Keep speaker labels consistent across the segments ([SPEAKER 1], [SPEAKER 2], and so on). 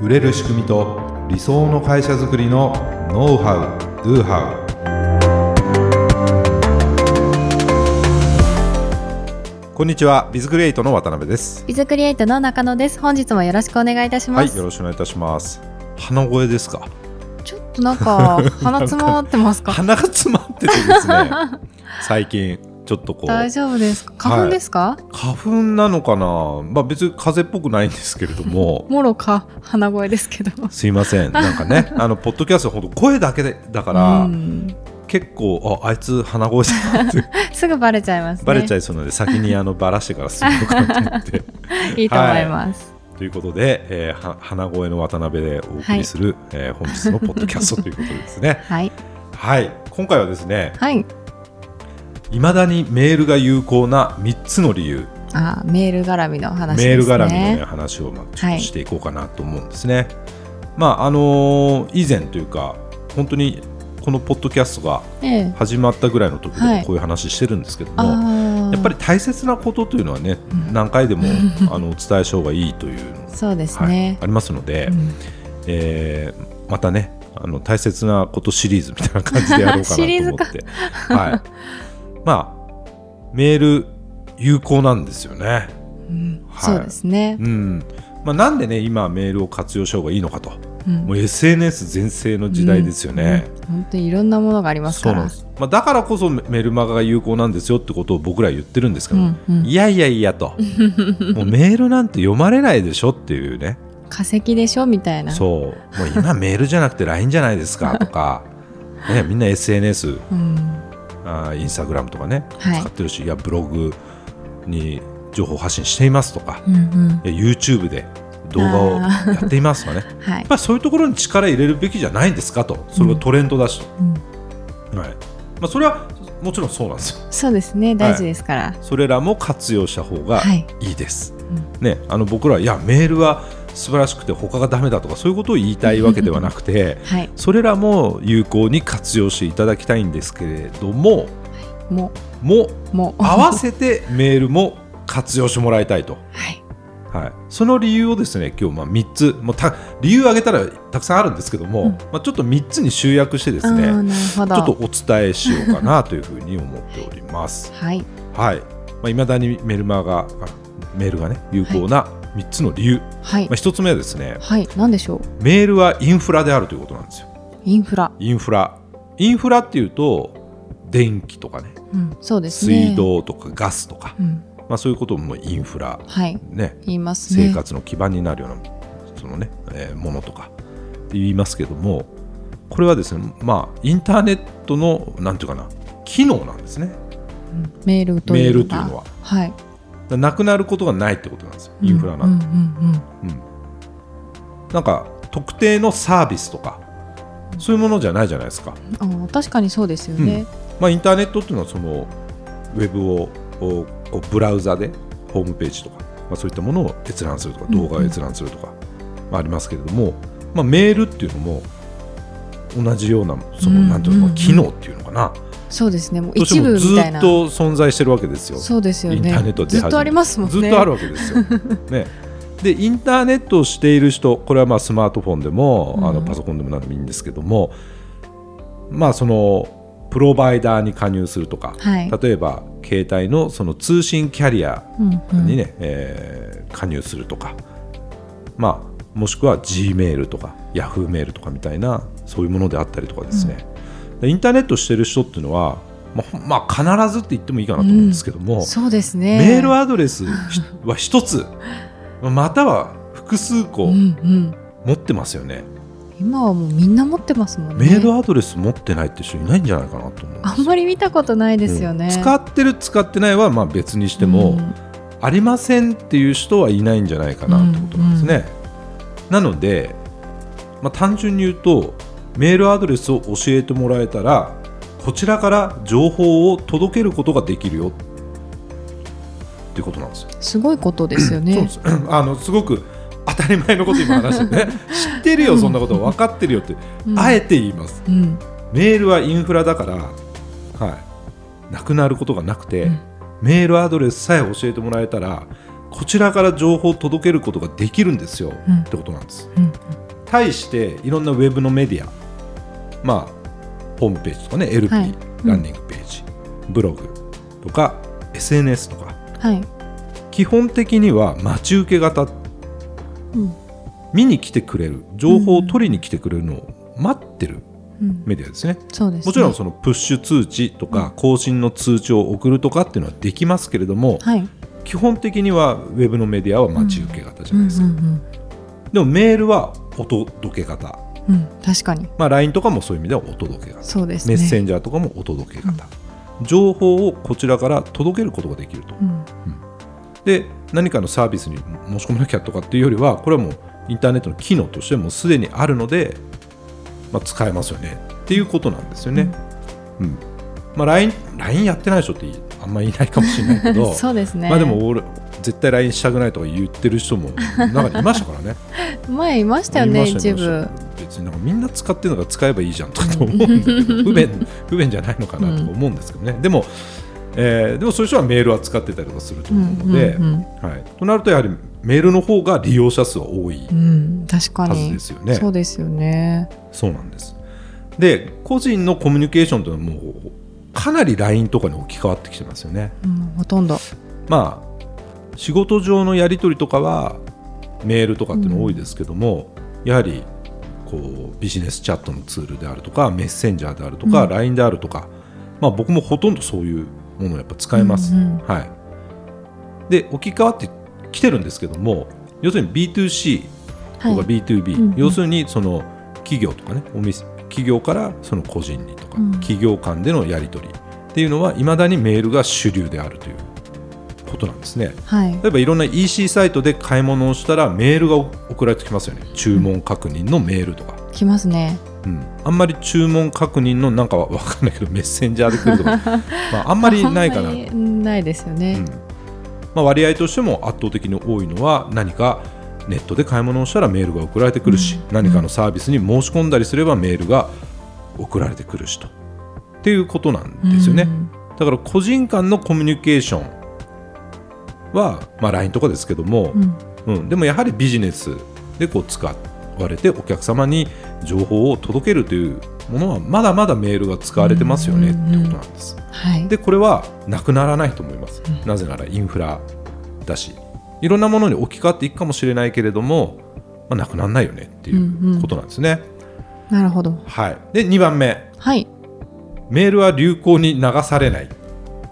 [SPEAKER 1] 売れる仕組みと理想の会社づくりのノウハウ・ドゥハウこんにちはビズクリエイトの渡辺です
[SPEAKER 2] ビズクリエイトの中野です。本日もよろしくお願いいたし
[SPEAKER 1] は
[SPEAKER 2] ま
[SPEAKER 1] い
[SPEAKER 2] す。
[SPEAKER 1] よろしくお願いいたします鼻声ですか
[SPEAKER 2] ちょっとな んか鼻詰まってますか。
[SPEAKER 1] 鼻が詰まっててです ね最近ちょっとこう
[SPEAKER 2] 大丈夫ですか。花粉ですか。
[SPEAKER 1] 花粉なのかなまあ別に風邪っぽくないんですけれど も
[SPEAKER 2] もろか鼻声ですけど。
[SPEAKER 1] すいません、なんかね、あのポッドキャスト、本当、声だけでだか、
[SPEAKER 2] から
[SPEAKER 1] 結構あ、あいつ、鼻声だなって
[SPEAKER 2] すぐバレちゃいますね。
[SPEAKER 1] ばれちゃいそうなので、先にあのばらしてから進むかなと思 って。
[SPEAKER 2] いいと思います。
[SPEAKER 1] ということで、えーは鼻声の渡辺でお送りする、えー本日のポッドキャストということですね。
[SPEAKER 2] はい
[SPEAKER 1] はい、今回はですね、
[SPEAKER 2] はい。
[SPEAKER 1] いまだにメールが有効な3つの理由、
[SPEAKER 2] あメール絡みの話です
[SPEAKER 1] メ
[SPEAKER 2] ね。
[SPEAKER 1] ール絡みの、ね、話をまあちょっとしていこうかなと思うんですね。まああのー以前というか、本当にこのポッドキャストが
[SPEAKER 2] ええ。
[SPEAKER 1] 始まったぐらいの時で
[SPEAKER 2] は
[SPEAKER 1] も
[SPEAKER 2] い
[SPEAKER 1] こういう話してるんですけども、
[SPEAKER 2] ああ。
[SPEAKER 1] やっぱり大切なことというのはね、
[SPEAKER 2] うん
[SPEAKER 1] 何回で もあのお伝えした方がいいというのが、
[SPEAKER 2] そうです
[SPEAKER 1] はい
[SPEAKER 2] ね。
[SPEAKER 1] ありますので、
[SPEAKER 2] うん
[SPEAKER 1] えーまたねあの大切なことシリーズみたいな感じでやろうかなと
[SPEAKER 2] シリーズ
[SPEAKER 1] 思
[SPEAKER 2] か
[SPEAKER 1] って、はい、まあメール有効なんですよね。
[SPEAKER 2] うん
[SPEAKER 1] はい
[SPEAKER 2] そうですね
[SPEAKER 1] う。んまあ、なんでね今メールを活用した方がいいのかと
[SPEAKER 2] うん
[SPEAKER 1] もう SNS 全盛の時代ですよね。。
[SPEAKER 2] うん本当にいろんなものがあります
[SPEAKER 1] そ
[SPEAKER 2] か
[SPEAKER 1] うなん
[SPEAKER 2] ら
[SPEAKER 1] で。す、まあ、だからこそメルマガが有効なんですよってことを僕ら言ってるんですけ
[SPEAKER 2] う
[SPEAKER 1] ど、
[SPEAKER 2] んうん
[SPEAKER 1] いやいやいやともうメールなんて読まれないでしょっていうね
[SPEAKER 2] 化石でしょみたいな。
[SPEAKER 1] そうもう今メールじゃなくて LINE じゃないです かとか、ね、みんな SNS
[SPEAKER 2] うん。
[SPEAKER 1] あインスタグラムとかね
[SPEAKER 2] はい
[SPEAKER 1] 使ってるし、い、やブログに情報発信していますとか
[SPEAKER 2] うんうん。
[SPEAKER 1] いや YouTube で動画を
[SPEAKER 2] あ
[SPEAKER 1] やっていますとかね や
[SPEAKER 2] はい
[SPEAKER 1] っ。ぱりそういうところに力入れるべきじゃないんですかとそれがトレンドだしと、
[SPEAKER 2] うん
[SPEAKER 1] はいまあ、それはもちろんそうなんですよ
[SPEAKER 2] そうですね、大事ですから。
[SPEAKER 1] それらも活用した方が
[SPEAKER 2] はい
[SPEAKER 1] いいです。
[SPEAKER 2] ん
[SPEAKER 1] ね、あの僕らはいやメールは素晴らしくて他がダメだとかそういうことを言いたいわけではなく て
[SPEAKER 2] はい、
[SPEAKER 1] それらも有効に活用していただきたいんですけれども
[SPEAKER 2] も
[SPEAKER 1] も
[SPEAKER 2] う、もう。
[SPEAKER 1] 合わせてメールも活用してもらいたいと、
[SPEAKER 2] はい。
[SPEAKER 1] はい、その理由をですね今日まあ3つもうた理由を挙げたらたくさんあるんですけども、
[SPEAKER 2] うん
[SPEAKER 1] まあ、ちょっと3つに集約してで
[SPEAKER 2] あ
[SPEAKER 1] す
[SPEAKER 2] あ
[SPEAKER 1] ね
[SPEAKER 2] ー、なるほど。
[SPEAKER 1] ちょっとお伝えしようかなというふうに思っております。
[SPEAKER 2] はい。
[SPEAKER 1] はいまあ、未だにメルマガあメールがね有効な3つの理由、
[SPEAKER 2] はい
[SPEAKER 1] まあ、。1つ目はですね
[SPEAKER 2] はい、なんでしょう。
[SPEAKER 1] メールはインフラであるということなんですよ
[SPEAKER 2] インフラ。
[SPEAKER 1] インフラインフラっていうと電気とかね
[SPEAKER 2] うん、そうですね。
[SPEAKER 1] 水。道とかガスとか、
[SPEAKER 2] うん。
[SPEAKER 1] まあ、そういうこともインフラ、
[SPEAKER 2] はい。
[SPEAKER 1] ね、
[SPEAKER 2] 言いますね。
[SPEAKER 1] 生。活の基盤になるようなその、ねえーものとかって言いますけどもこれはですね、まあ、インターネットのなんていうかな機能なんですね
[SPEAKER 2] うん、メールというの
[SPEAKER 1] メ
[SPEAKER 2] が。
[SPEAKER 1] ールというのは。
[SPEAKER 2] は
[SPEAKER 1] だ
[SPEAKER 2] い。
[SPEAKER 1] からなくなることがないってことなんですよインフラなんて。
[SPEAKER 2] うんうんうん
[SPEAKER 1] なんか特定のサービスとかそういうものじゃないじゃないですか、
[SPEAKER 2] うん。あー、確かにそうですよね。
[SPEAKER 1] まあ、インターネットっていうのはそのウェブををこうブラウザでホームページとか、まあ、そういったものを閲覧するとか
[SPEAKER 2] うんう
[SPEAKER 1] 動
[SPEAKER 2] ん
[SPEAKER 1] 画を閲覧するとか、まあ、ありますけれども、まあ、メールっていうのも同じようなその
[SPEAKER 2] うん
[SPEAKER 1] なんていうのか
[SPEAKER 2] うん
[SPEAKER 1] なん
[SPEAKER 2] う
[SPEAKER 1] 機能っていうのかな、
[SPEAKER 2] そうですね。もう
[SPEAKER 1] どうし
[SPEAKER 2] 一
[SPEAKER 1] ても
[SPEAKER 2] 部
[SPEAKER 1] ず
[SPEAKER 2] みたい
[SPEAKER 1] っ
[SPEAKER 2] な。
[SPEAKER 1] と存在してるわけですよ
[SPEAKER 2] そうですよね。
[SPEAKER 1] インターネット出始
[SPEAKER 2] ず
[SPEAKER 1] め
[SPEAKER 2] っとありますもんね。
[SPEAKER 1] ずっとあるわけです よ。ね、でインターネットをしている人これはまあスマートフォンでも、
[SPEAKER 2] うん
[SPEAKER 1] あのパソコンでも何でもいいんですけども、まあ、そのプロバイダーに加入するとか、
[SPEAKER 2] はい
[SPEAKER 1] 例えば携帯のその通信キャリア
[SPEAKER 2] うんうん。
[SPEAKER 1] に、ねえー加入するとか、まあ、もしくは G メールとか Yahoo メールとかみたいなそういうものであったりとかですね、でインターネットしてる人っていうのは、まあほんまあ、必ずって言ってもいいかなと思うんですけども、
[SPEAKER 2] そうですね。
[SPEAKER 1] メール。アドレスは一つ、または複数
[SPEAKER 2] う
[SPEAKER 1] 個
[SPEAKER 2] んうん。
[SPEAKER 1] 持ってますよね。
[SPEAKER 2] 今はもうみんな持ってますもんね。
[SPEAKER 1] メールアドレス持ってないって人いないんじゃないかなと思う
[SPEAKER 2] あんまり見たことないですよね。
[SPEAKER 1] うん使ってる使ってないはまあ別にしても、
[SPEAKER 2] うん
[SPEAKER 1] ありませんっていう人はいないんじゃないかなってことなんですね。なので、まあ、単純に言うとメールアドレスを教えてもらえたらこちらから情報を届けることができるよっていうことなんですよ。
[SPEAKER 2] すごいことですよ
[SPEAKER 1] そう
[SPEAKER 2] ね
[SPEAKER 1] で。す あのすごく当たり前のこと今話して ね知ってるよそんなこと分かってるよって、
[SPEAKER 2] うん
[SPEAKER 1] あえて言います
[SPEAKER 2] うん、
[SPEAKER 1] メールはインフラだから、はい、なくなることがなくて、
[SPEAKER 2] うん
[SPEAKER 1] メールアドレスさえ教えてもらえたらこちらから情報を届けることができるんですよ、
[SPEAKER 2] うん
[SPEAKER 1] ってことなんです。
[SPEAKER 2] うん
[SPEAKER 1] 対していろんなウェブのメディア、まあ、ホームページとかね LP、
[SPEAKER 2] はいうん
[SPEAKER 1] ランニングページブログとか SNS とか
[SPEAKER 2] はい、
[SPEAKER 1] 基本的には待ち受け型
[SPEAKER 2] うん
[SPEAKER 1] 見に来てくれる情報を取りに来てくれるのを待ってる
[SPEAKER 2] うん、
[SPEAKER 1] メディアですね。
[SPEAKER 2] そうです、ね、
[SPEAKER 1] もちろんそのプッシュ通知とか更新の通知を送るとかっていうのはできますけれども、
[SPEAKER 2] はい
[SPEAKER 1] 基本的にはウェブのメディアは待ち受け型じゃないですか、
[SPEAKER 2] うんうん
[SPEAKER 1] でもメールはお届け型、
[SPEAKER 2] うんうん、確かに
[SPEAKER 1] まあ、LINE とかもそういう意味ではお届け型、
[SPEAKER 2] そうです
[SPEAKER 1] メ
[SPEAKER 2] ね
[SPEAKER 1] ッセンジャーとかもお届け型、情報をこちらから届けることができると
[SPEAKER 2] うん
[SPEAKER 1] で何かのサービスに申し込まなきゃとかっていうよりはこれはもうインターネットの機能としてもうすでにあるので、まあ、使えますよねっていうことなんですよね、うんまあ、LINE, LINE やってない人ってあんまりいないかもしれないけど
[SPEAKER 2] そうですね、
[SPEAKER 1] まあでも俺絶対 LINE したくないとか言ってる人も中にいましたから ね。
[SPEAKER 2] 前いましたよ
[SPEAKER 1] い
[SPEAKER 2] ね
[SPEAKER 1] ました
[SPEAKER 2] 一
[SPEAKER 1] よ
[SPEAKER 2] 部
[SPEAKER 1] 別になんかみんな使ってるのが使えばいいじゃんとかと思うんだけど不便 不便じゃないのかなとか思うんですけどね、でも、えーでもそういう人はメールは使ってたりとかすると思うので、
[SPEAKER 2] うん
[SPEAKER 1] はい、となるとやはりメールの方が利用者数は多い
[SPEAKER 2] うんうん、うん、確か
[SPEAKER 1] は
[SPEAKER 2] に
[SPEAKER 1] ずですよね。
[SPEAKER 2] そうですよね
[SPEAKER 1] そうなんですで個人のコミュニケーションというのはもうかなり LINE とかに置き換わってきてますよね。
[SPEAKER 2] うん、ほとんど
[SPEAKER 1] まあ、仕事上のやり取りとかはメールとかっていうの多いですけども、やはりこうビジネスチャットのツールであるとかメッセンジャーであるとか、
[SPEAKER 2] うん
[SPEAKER 1] LINE であるとか、まあ、僕もほとんどそういうものをやっぱ使います。
[SPEAKER 2] うんうん
[SPEAKER 1] はい、で置き換わってきてるんですけども要するに B2C
[SPEAKER 2] は
[SPEAKER 1] とか
[SPEAKER 2] い
[SPEAKER 1] B2B、
[SPEAKER 2] うんうん
[SPEAKER 1] 要するにその企業とかねお店企業からその個人にとか、
[SPEAKER 2] うん
[SPEAKER 1] 企業間でのやり取りっていうのはいまだにメールが主流であるということなんですね
[SPEAKER 2] はい
[SPEAKER 1] 例えばいろんな EC サイトで買い物をしたらメールが送られてきますよね注文確認のメールとか、
[SPEAKER 2] 来ますね
[SPEAKER 1] うん、あんまり注文確認のなんかは分かんないけどメッセンジャーで来ると か、まあ、あんまりないかな
[SPEAKER 2] あんまりないですよね、
[SPEAKER 1] うんまあ、割合としても圧倒的に多いのは何かネットで買い物をしたらメールが送られてくるし、
[SPEAKER 2] うん
[SPEAKER 1] 何かのサービスに申し込んだりすればメールが送られてくるしとっていうことなんですよね、
[SPEAKER 2] うん
[SPEAKER 1] だから個人間のコミュニケーションは、まあ、LINE とかですけども、
[SPEAKER 2] うん
[SPEAKER 1] うん、でもやはりビジネスでこう使われてお客様に情報を届けるというものはまだまだメールが使われてますよねってことなんです。
[SPEAKER 2] はい
[SPEAKER 1] でこれはなくならないと思います、
[SPEAKER 2] うん
[SPEAKER 1] なぜならインフラだしいろんなものに置き換わっていくかもしれないけれども、まあ、なくならないよねっていうことなんですね、
[SPEAKER 2] なるほど
[SPEAKER 1] はい、で2番目
[SPEAKER 2] はい
[SPEAKER 1] メールは流行に流されない、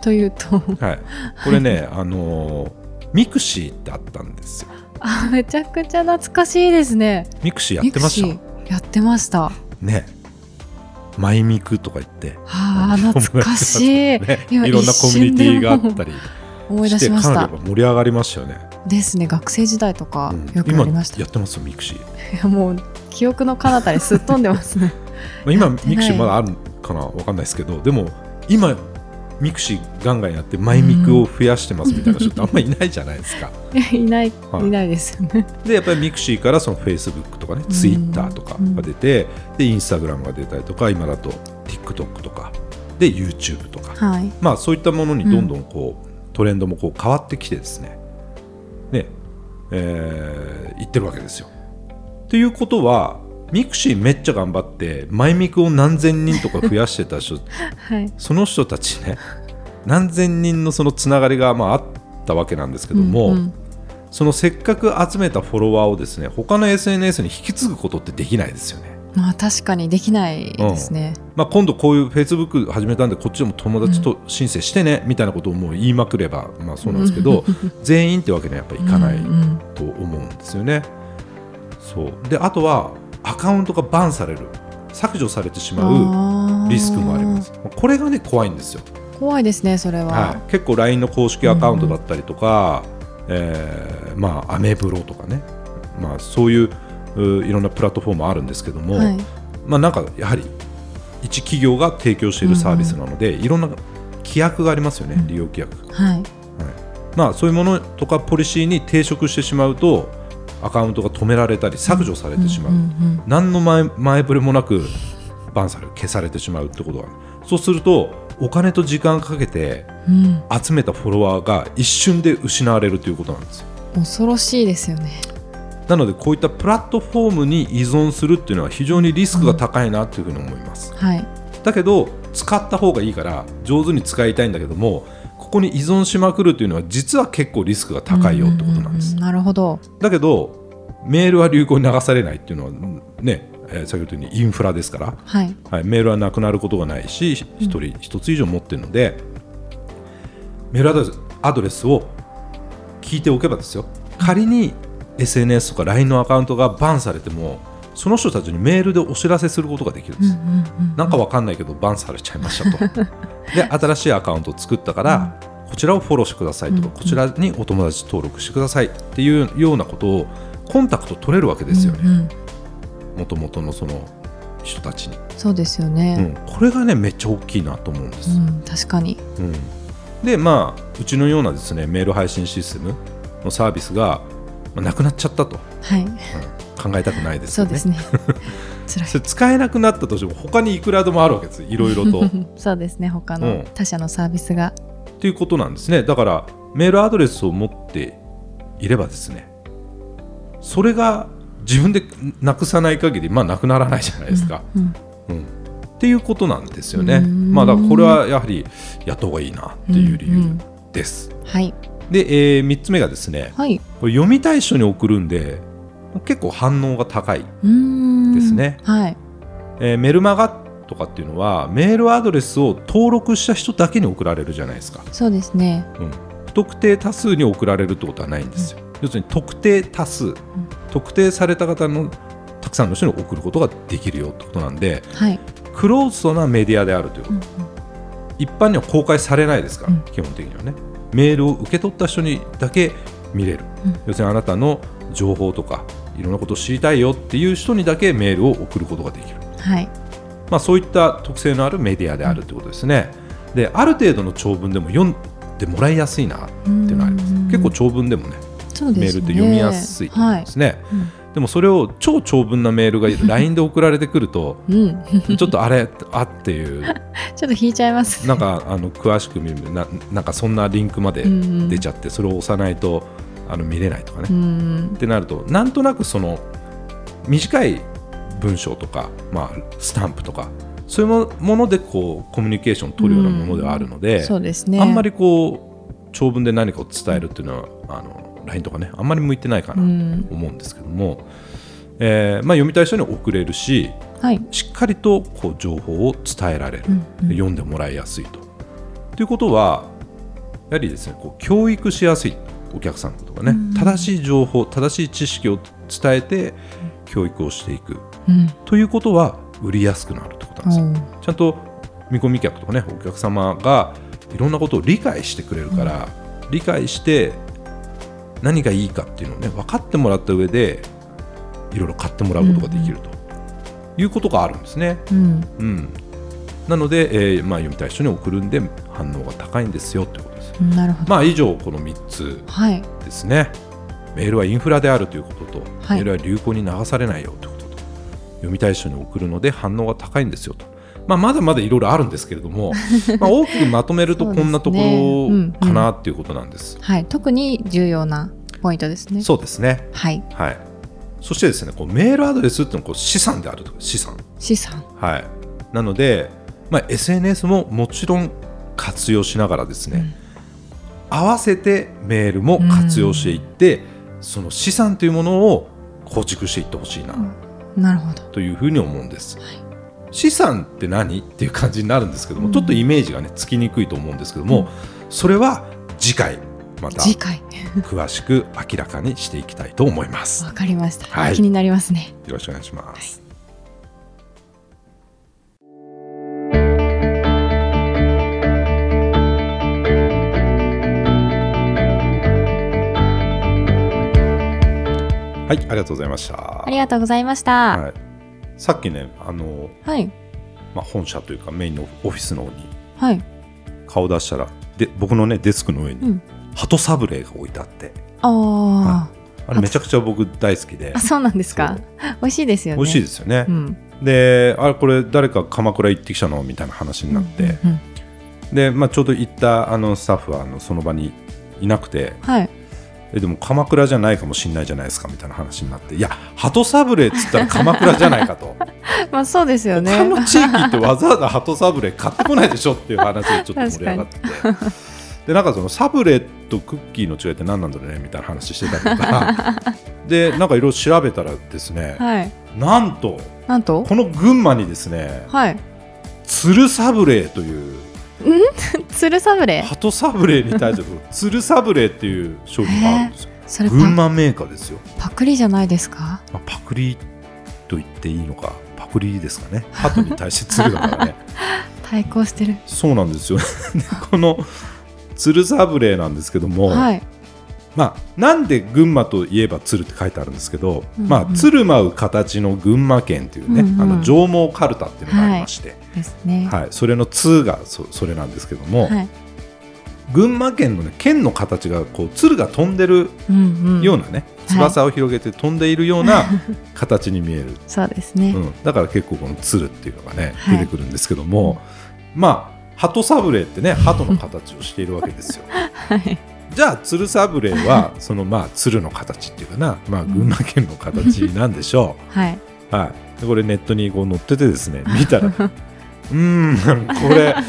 [SPEAKER 2] というと
[SPEAKER 1] はい、これね、あのーミクシーってあったんですよ
[SPEAKER 2] あめちゃくちゃ懐かしいですね
[SPEAKER 1] ミクシーやってまし
[SPEAKER 2] ミ
[SPEAKER 1] た
[SPEAKER 2] クシーやってました
[SPEAKER 1] ねマイミクとか言って
[SPEAKER 2] はあ懐かしい
[SPEAKER 1] ね、
[SPEAKER 2] いや
[SPEAKER 1] いろんなコミュニティがあったり
[SPEAKER 2] 思い出
[SPEAKER 1] して
[SPEAKER 2] しま
[SPEAKER 1] か
[SPEAKER 2] し
[SPEAKER 1] なりや
[SPEAKER 2] た
[SPEAKER 1] っぱ盛り上がりましたよね、
[SPEAKER 2] ですね学生時代とか
[SPEAKER 1] うん
[SPEAKER 2] よくあ
[SPEAKER 1] 今
[SPEAKER 2] りました、
[SPEAKER 1] やってますよミクシー
[SPEAKER 2] いや もう記憶の彼方にすっ飛んでますね
[SPEAKER 1] まあ、今
[SPEAKER 2] やってな
[SPEAKER 1] ミ
[SPEAKER 2] い
[SPEAKER 1] クシーまだあるかなわかんないですけどでも今ミクシーガンガンやってマイミクを増やしてますみたいな 人ってあんまりいないじゃないですか
[SPEAKER 2] いない、
[SPEAKER 1] はい
[SPEAKER 2] い、ないですよね
[SPEAKER 1] でやっぱりミクシーからそのフェイスブックとかね
[SPEAKER 2] ん
[SPEAKER 1] ツイッターとかが出て、でインスタグラムが出たりとか今だと TikTok とかで YouTube とか、
[SPEAKER 2] はい
[SPEAKER 1] まあそういったものにどんどんこう、トレンドもこう変わってきてですねねえー、いってるわけですよ。ということはミクシーめっちゃ頑張ってマイミクを何千人とか増やしてた 人
[SPEAKER 2] はい
[SPEAKER 1] その人たちね何千人のそのつながりがまああったわけなんですけども、
[SPEAKER 2] うんうん
[SPEAKER 1] そのせっかく集めたフォロワーをですね他の SNS に引き継ぐことってできないですよね。
[SPEAKER 2] まあ確かにできないですね、
[SPEAKER 1] まあ、今度こういう Facebook 始めたんでこっちでも友達と申請してねみたいなことをもう言いまくれば、まあ、そうなんです けど全員ってわけにはやっぱいかない
[SPEAKER 2] うんうん
[SPEAKER 1] と思うんですよね。そうであとはアカウントがバンされる削除されてしまう
[SPEAKER 2] あー
[SPEAKER 1] リスクもあります。これがね怖いんですよ。
[SPEAKER 2] 怖いですねそれは、
[SPEAKER 1] はい、結構 LINE の公式アカウントだったりとか、えーまあ、アメブロとかね、まあ、そういうういろんなプラットフォームあるんですけども、
[SPEAKER 2] はい
[SPEAKER 1] まあ、なんかやはり一企業が提供しているサービスなので、いろんな規約がありますよね、
[SPEAKER 2] うん
[SPEAKER 1] 利用規約、
[SPEAKER 2] はい
[SPEAKER 1] まあ、そういうものとかポリシーに抵触してしまうとアカウントが止められたり削除されてしまう、
[SPEAKER 2] んん
[SPEAKER 1] 何の前前触れもなくバンされる消されてしまうってことがあるそうするとお金と時間かけて
[SPEAKER 2] うん、
[SPEAKER 1] 集めたフォロワーが一瞬で失われるということなんですよ
[SPEAKER 2] 恐ろしいですよね。
[SPEAKER 1] なのでこういったプラットフォームに依存するっていうのは非常にリスクが高いなというふうに思います、
[SPEAKER 2] はい。
[SPEAKER 1] だけど使った方がいいから上手に使いたいんだけどもここに依存しまくるというのは実は結構リスクが高いよってことなんです、
[SPEAKER 2] うううなるほど。
[SPEAKER 1] だけどメールは流行に流されないっていうのはね、えー先ほど言ったようにインフラですから、
[SPEAKER 2] はい。
[SPEAKER 1] はい、メールはなくなることがないし1
[SPEAKER 2] うん
[SPEAKER 1] 人一つ以上持ってるので、メールアドレスアドレスを聞いておけばですよ仮に SNS とか LINE のアカウントがバンされてもその人たちにメールでお知らせすることができるん
[SPEAKER 2] う
[SPEAKER 1] で
[SPEAKER 2] ん
[SPEAKER 1] す、
[SPEAKER 2] うんうん。
[SPEAKER 1] なんかわかんないけどバンされちゃいました とで新しいアカウントを作ったから、こちらをフォローしてくださいとか、
[SPEAKER 2] うん
[SPEAKER 1] こちらにお友達登録してくださいっていうようなことをコンタクト取れるわけですよね、
[SPEAKER 2] うんうん
[SPEAKER 1] もともとのその人たちに、
[SPEAKER 2] そうですよ
[SPEAKER 1] う
[SPEAKER 2] ね。
[SPEAKER 1] ん、これがねめっちゃ大きいなと思うんで
[SPEAKER 2] う
[SPEAKER 1] す、
[SPEAKER 2] ん、確かに。
[SPEAKER 1] うんでまあうちのようなですねメール配信システムのサービスが、まあなくなっちゃったと、
[SPEAKER 2] はい。
[SPEAKER 1] うん考えたくないです
[SPEAKER 2] そう
[SPEAKER 1] よ
[SPEAKER 2] で
[SPEAKER 1] ね
[SPEAKER 2] す ね。辛い
[SPEAKER 1] そ。れ使えなくなったとしても他にいくらでもあるわけですいろいろ と
[SPEAKER 2] そうですね。他
[SPEAKER 1] うん
[SPEAKER 2] の他社のサービスが。
[SPEAKER 1] っていうことなんですねだからメールアドレスを持っていればですねそれが自分でなくさない限りまあなくならないじゃないですか、
[SPEAKER 2] うんうん
[SPEAKER 1] うんっていうことなんですよね
[SPEAKER 2] うーん
[SPEAKER 1] まあだからこれはやはりやった方がいいなっていう理由です、
[SPEAKER 2] はい。
[SPEAKER 1] で、え3つ目がですね
[SPEAKER 2] はい。
[SPEAKER 1] これ読みたい人に送るんで結構反応が高い、
[SPEAKER 2] うーん。
[SPEAKER 1] ですね
[SPEAKER 2] はい。
[SPEAKER 1] えーメルマガとかっていうのはメールアドレスを登録した人だけに送られるじゃないですか
[SPEAKER 2] そうですね。
[SPEAKER 1] 不特定多数に送られるってことはないんですよ、要するに特定多数特定された方のたくさんの人に送ることができるよってことなんで
[SPEAKER 2] はい。
[SPEAKER 1] クローズドなメディアであるということ、
[SPEAKER 2] うんうん
[SPEAKER 1] 一般には公開されないですから、
[SPEAKER 2] うん
[SPEAKER 1] 基本的にはねメールを受け取った人にだけ見れる、
[SPEAKER 2] うん
[SPEAKER 1] 要するにあなたの情報とかいろんなことを知りたいよっていう人にだけメールを送ることができる
[SPEAKER 2] はい。
[SPEAKER 1] まあ、そういった特性のあるメディアであるということですね。である程度の長文でも読んでもらいやすいなっていうのはあります。
[SPEAKER 2] うんうんうん
[SPEAKER 1] 結構長文でもね
[SPEAKER 2] そうで
[SPEAKER 1] メー
[SPEAKER 2] す
[SPEAKER 1] ル
[SPEAKER 2] ね。
[SPEAKER 1] って読みやすいと思うん
[SPEAKER 2] は
[SPEAKER 1] で
[SPEAKER 2] い。
[SPEAKER 1] すね。
[SPEAKER 2] うん
[SPEAKER 1] でもそれを超長文なメー ルが LINE で送られてくると
[SPEAKER 2] うん、 ち
[SPEAKER 1] ちょっとあれあっていう
[SPEAKER 2] ょっと引いちゃいますね。
[SPEAKER 1] なんかあの詳しく見るななんかそんなリンクまで出ち
[SPEAKER 2] ゃ
[SPEAKER 1] ゃってそれを押さないとあの見れないとかね。
[SPEAKER 2] うんうん
[SPEAKER 1] ってなるとなんとなくその短い文章とか、まあ、スタンプとかそういうもものでこうコミュニケーションを取るようなものではあるので,、
[SPEAKER 2] そうですね。
[SPEAKER 1] あんまりこう長文で何かを伝えるっていうのはあの LINE とかねあんまり向いてないか
[SPEAKER 2] う
[SPEAKER 1] なと
[SPEAKER 2] ん、
[SPEAKER 1] 思うんですけども、えーまあ、読みたい人に送れるし
[SPEAKER 2] はい。
[SPEAKER 1] しっかりとこう情報を伝えられる、
[SPEAKER 2] うんうん
[SPEAKER 1] 読んでもらいやすいと。ということはやはりですねこう教育しやすいお客さんとかね、
[SPEAKER 2] うん
[SPEAKER 1] 正しい情報正しい知識を伝えて教育をしていく
[SPEAKER 2] うん。
[SPEAKER 1] ということは売りやすくなるってことなんですよ。ちゃんと見込み客とかねお客様がいろんなことを理解してくれるから、理解して何がいいかっていうのをね分かってもらった上でいろいろ買ってもらうことができると、いうことがあるんですね。
[SPEAKER 2] おーうん。
[SPEAKER 1] うん、なので、えーまあ、読みたい人に送るんで反応が高いんですよってことです。
[SPEAKER 2] うんなるほど。
[SPEAKER 1] まあ以上この3つ
[SPEAKER 2] はい。
[SPEAKER 1] ですね。メールはインフラであるということと、
[SPEAKER 2] はい
[SPEAKER 1] メールは流行に流されないよということと読みたい人に送るので反応が高いんですよと、まあ、まだまだいろいろあるんですけれど もまあ大きくまとめると
[SPEAKER 2] そう
[SPEAKER 1] こ
[SPEAKER 2] ですね
[SPEAKER 1] んなとこ
[SPEAKER 2] うん
[SPEAKER 1] ろかなっていうことなんです。
[SPEAKER 2] はい。特に重要なポイントですね。
[SPEAKER 1] そうですね、
[SPEAKER 2] はい。
[SPEAKER 1] はい、そしてですねこうメールアドレスっていうのはこう資産であると資産
[SPEAKER 2] 資産。
[SPEAKER 1] はい、なので、まあ、SNS ももちろん活用しながらですね、合わせてメールも活用していって、その資産というものを構築していってほしいな
[SPEAKER 2] なるほど。
[SPEAKER 1] というふうに思うんです。資産って何っていう感じになるんですけども、
[SPEAKER 2] うん
[SPEAKER 1] ちょっとイメージがねつきにくいと思うんですけども、それは次回また
[SPEAKER 2] 次回。
[SPEAKER 1] 詳しく明らかにしていきたいと思います。よ
[SPEAKER 2] わかりました、
[SPEAKER 1] はい
[SPEAKER 2] 気になりますね。
[SPEAKER 1] ろしくお願いします。はい、ありがとうございました。
[SPEAKER 2] ありがとうございました。
[SPEAKER 1] はい、さっきねあの、
[SPEAKER 2] はい。
[SPEAKER 1] まあ、本社というかメインのオフィスの方に
[SPEAKER 2] はい。
[SPEAKER 1] 顔出したらで僕の、ね、デスクの上に、
[SPEAKER 2] うん
[SPEAKER 1] 鳩サブレーが置いてあって
[SPEAKER 2] ああ、
[SPEAKER 1] あれめちゃくちゃ僕大好きで
[SPEAKER 2] あ、そうなんですか
[SPEAKER 1] そ。
[SPEAKER 2] 美味しいですよね。。
[SPEAKER 1] 美味しいですすよね
[SPEAKER 2] う、ん。
[SPEAKER 1] であれこれ誰か鎌倉行ってきたのみたいな話になって、
[SPEAKER 2] うん
[SPEAKER 1] で、まあ、ちょうど行ったあのスタッフはあのその場にいなくて
[SPEAKER 2] はい。
[SPEAKER 1] えでも鎌倉じゃないかもしれないじゃないですかみたいな話になっていや鳩サブレっつったら鎌倉じゃないか と
[SPEAKER 2] まあそうですよね
[SPEAKER 1] 他。の地域ってわざわざ鳩サブレ買ってこないでしょっていう話でちょっと盛り上がっててでなんかそのサブレとクッキーの違いって何なんだろうねみたいな話してたりと かでなんかいろいろ調べたらですね、
[SPEAKER 2] はい。
[SPEAKER 1] なんと
[SPEAKER 2] なんと。
[SPEAKER 1] この群馬にですね
[SPEAKER 2] はい。
[SPEAKER 1] 鶴サブレという
[SPEAKER 2] つるサブレ。
[SPEAKER 1] 鳩サブレに対 する鶴サブレっていう商品があるんですよ
[SPEAKER 2] それパ
[SPEAKER 1] 群馬メーカーですよ
[SPEAKER 2] パクリじゃないですか。
[SPEAKER 1] まあ、パクリと言っていいのかパクリですか ね鳩に対して鶴だからね
[SPEAKER 2] 対抗してる。
[SPEAKER 1] そうなんですよ でこの鶴サブレーなんですけども、
[SPEAKER 2] はい。
[SPEAKER 1] まあ、なんで群馬といえば鶴って書いてあるんですけど、
[SPEAKER 2] うんうん
[SPEAKER 1] まあ、鶴舞う形の群馬県というね、
[SPEAKER 2] うんうん
[SPEAKER 1] あの上毛かるたっていうのがありまして、
[SPEAKER 2] ですね。
[SPEAKER 1] はいそれの「鶴」がそそれなんですけども、
[SPEAKER 2] はい。
[SPEAKER 1] 群馬県の、ね、県の形がこう鶴が飛んでる
[SPEAKER 2] うんうん。
[SPEAKER 1] ようなね、翼を広げて飛んでいるよう な形に見える
[SPEAKER 2] そうですね。
[SPEAKER 1] うん、だから結構この鶴っていうのがね、
[SPEAKER 2] はい
[SPEAKER 1] 出てくるんですけども、まあ鳩サブレーってね鳩の形をしているわけです よ
[SPEAKER 2] はい。
[SPEAKER 1] じゃあ鶴サブレーはそのまあ鶴の形っていうかな、まあ、群馬県の形なんでしょ
[SPEAKER 2] はい。
[SPEAKER 1] う、はい、でこれネットにこう載っててですね見たらうーんこれ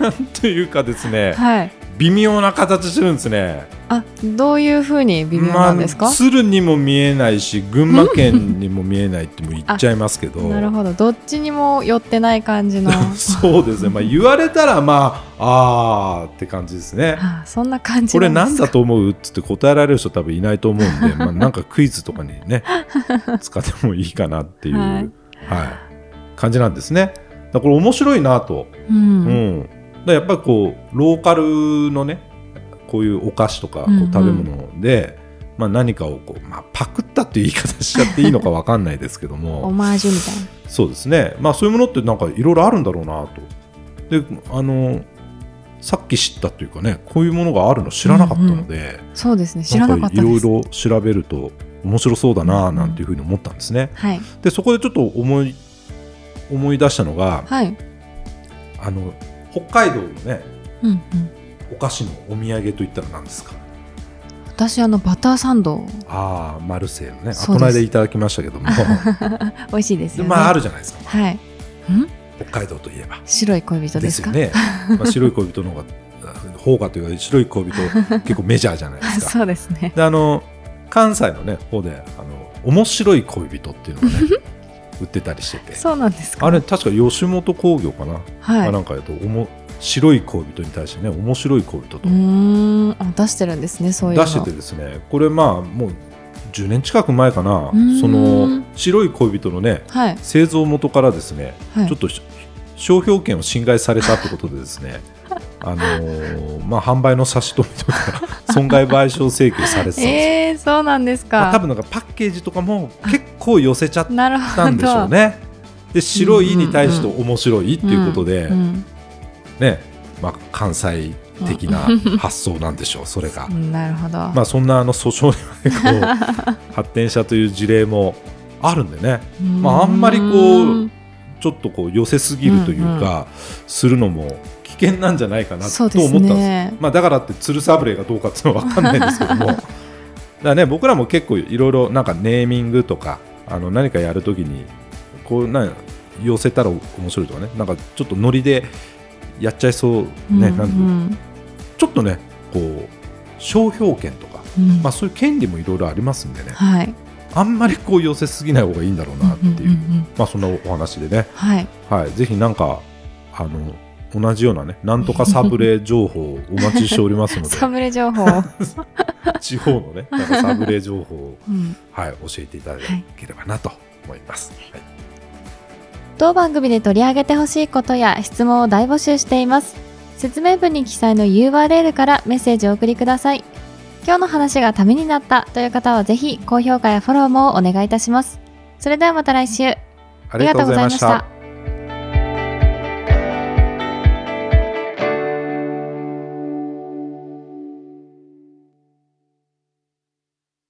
[SPEAKER 1] なんというかですね
[SPEAKER 2] はい。
[SPEAKER 1] 微妙な形してるんですね
[SPEAKER 2] あ、どういう風に微妙なんです
[SPEAKER 1] ま
[SPEAKER 2] か
[SPEAKER 1] あ、。鶴にも見えないし群馬県にも見えないってもう言っちゃいますけど
[SPEAKER 2] なるほど。どっちにも寄ってない感じの。
[SPEAKER 1] そうですね、まあ、言われたら、まあ、あーって感じですね。
[SPEAKER 2] あ、そんな感じ
[SPEAKER 1] これ
[SPEAKER 2] な
[SPEAKER 1] なんん
[SPEAKER 2] ですか。
[SPEAKER 1] だと思うっつって答えられる人多分いないと思 うんで、まあ、なんかクイズとかにね使ってもいいかなっていう、
[SPEAKER 2] は
[SPEAKER 1] はいい感じなんですね。だからこれ面白いなと、
[SPEAKER 2] う
[SPEAKER 1] うん
[SPEAKER 2] ん。
[SPEAKER 1] だからやっぱりこうローカルのねこういうお菓子とかこ
[SPEAKER 2] う
[SPEAKER 1] うん
[SPEAKER 2] うん
[SPEAKER 1] 食べ物で、まあ、何かをこう、まあ、パクったっていう言い方しちゃっていいのか分かんないですけども
[SPEAKER 2] オマージュみたいな。
[SPEAKER 1] そうですね、まあ、そういうものってなんかいろいろあるんだろうなとであのさっき知ったというかねこういうものがあるの知らなかったので、
[SPEAKER 2] そうですね。知らなか
[SPEAKER 1] な
[SPEAKER 2] っ
[SPEAKER 1] ん
[SPEAKER 2] た
[SPEAKER 1] いろ
[SPEAKER 2] で
[SPEAKER 1] い
[SPEAKER 2] す。
[SPEAKER 1] ろ調べると面白そうだななんていうふうに思ったんですね
[SPEAKER 2] はい。
[SPEAKER 1] でそこでちょっと思い思い出したのが
[SPEAKER 2] はい。
[SPEAKER 1] あの北海道のね
[SPEAKER 2] うんうん。
[SPEAKER 1] お菓子のお土産といったら何ですか
[SPEAKER 2] 私あのバターサンド
[SPEAKER 1] ああマルセイのねあ
[SPEAKER 2] そう
[SPEAKER 1] こ
[SPEAKER 2] です
[SPEAKER 1] の間いただきましたけ ども
[SPEAKER 2] 美味しいです
[SPEAKER 1] で
[SPEAKER 2] よね。
[SPEAKER 1] まああるじゃないですか、まあ
[SPEAKER 2] はい。ん
[SPEAKER 1] 北海道といえば
[SPEAKER 2] 白い恋人で
[SPEAKER 1] ですす
[SPEAKER 2] か。
[SPEAKER 1] よね。 まあ、白い恋人の方が、方がというか、白い恋人、結構メジャーじゃないで
[SPEAKER 2] あ
[SPEAKER 1] すか。
[SPEAKER 2] そうですね。
[SPEAKER 1] で、あの、関西のね、方で、あの、面白い恋人っていうのがね、 売ってたりしてて。
[SPEAKER 2] そうなんですか。
[SPEAKER 1] あれ、確か吉本興業かな、
[SPEAKER 2] はい。
[SPEAKER 1] あ
[SPEAKER 2] う
[SPEAKER 1] なんかやと、おも、白い恋人に対してね、面白い恋人と
[SPEAKER 2] ーん。あ出してるんですねそういうの。
[SPEAKER 1] 出しててですね、これ、まあ、もう。10年近く前かな
[SPEAKER 2] うーん、
[SPEAKER 1] その白い恋人のね、
[SPEAKER 2] はい
[SPEAKER 1] 製造元からですね、
[SPEAKER 2] はい
[SPEAKER 1] ちょっとし商標権を侵害されたってことでです ねあのーまあ、販売の差し止めと か損害賠償請求されてたんですよ、
[SPEAKER 2] えー、そうなんですか。
[SPEAKER 1] まあ、多分なんかパッケージとかも結構寄せちゃっ
[SPEAKER 2] なるほど。
[SPEAKER 1] たんでしょうねで白いに対して面白いっていうことで、
[SPEAKER 2] うん。
[SPEAKER 1] ねまあ、関西的な発想なんでしょうそれが
[SPEAKER 2] う。んなるほど。
[SPEAKER 1] まあ、そんなあの訴訟にはこう発展したという事例もあるんでねまああんまりこう
[SPEAKER 2] ーん
[SPEAKER 1] ちょっとこう寄せすぎるというか、するのも危険なんじゃないかなと
[SPEAKER 2] そ
[SPEAKER 1] 思った
[SPEAKER 2] う
[SPEAKER 1] ん
[SPEAKER 2] で
[SPEAKER 1] ですす
[SPEAKER 2] ね。
[SPEAKER 1] まあ、だからってツルサブレがどうかっていうのは分かんないんですけど もだから、ね、僕らも結構いろいろなんかネーミングとかあの何かやるときにこうなん寄せたら面白いとかねなんかちょっとノリでやっちゃいそう、ね
[SPEAKER 2] うん
[SPEAKER 1] な
[SPEAKER 2] うん
[SPEAKER 1] で
[SPEAKER 2] ん
[SPEAKER 1] ちょっとねこう商標権とか、
[SPEAKER 2] うん
[SPEAKER 1] まあ、そういう権利もいろいろありますんでね
[SPEAKER 2] はい。
[SPEAKER 1] あんまりこう寄せすぎない方がいいんだろうなっていう、
[SPEAKER 2] んんんん
[SPEAKER 1] まあ、そんなお話でね
[SPEAKER 2] はい。
[SPEAKER 1] はい、ぜひなんかあの同じようなねなんとかサブレ情報をお待ちしておりますので
[SPEAKER 2] サブレ情報。
[SPEAKER 1] 地方のねなんかサブレ情報を、
[SPEAKER 2] うん
[SPEAKER 1] はい、教えていただければなと思います。はい
[SPEAKER 2] 当番組で取り上げてほしいことや質問を大募集しています説明文に記載の URL からメッセージをお送りください今日の話がためになったという方はぜひ高評価やフォローもお願いいたしますそれではまた来週
[SPEAKER 1] ありがとうございまし
[SPEAKER 2] ありがとうございました
[SPEAKER 1] た。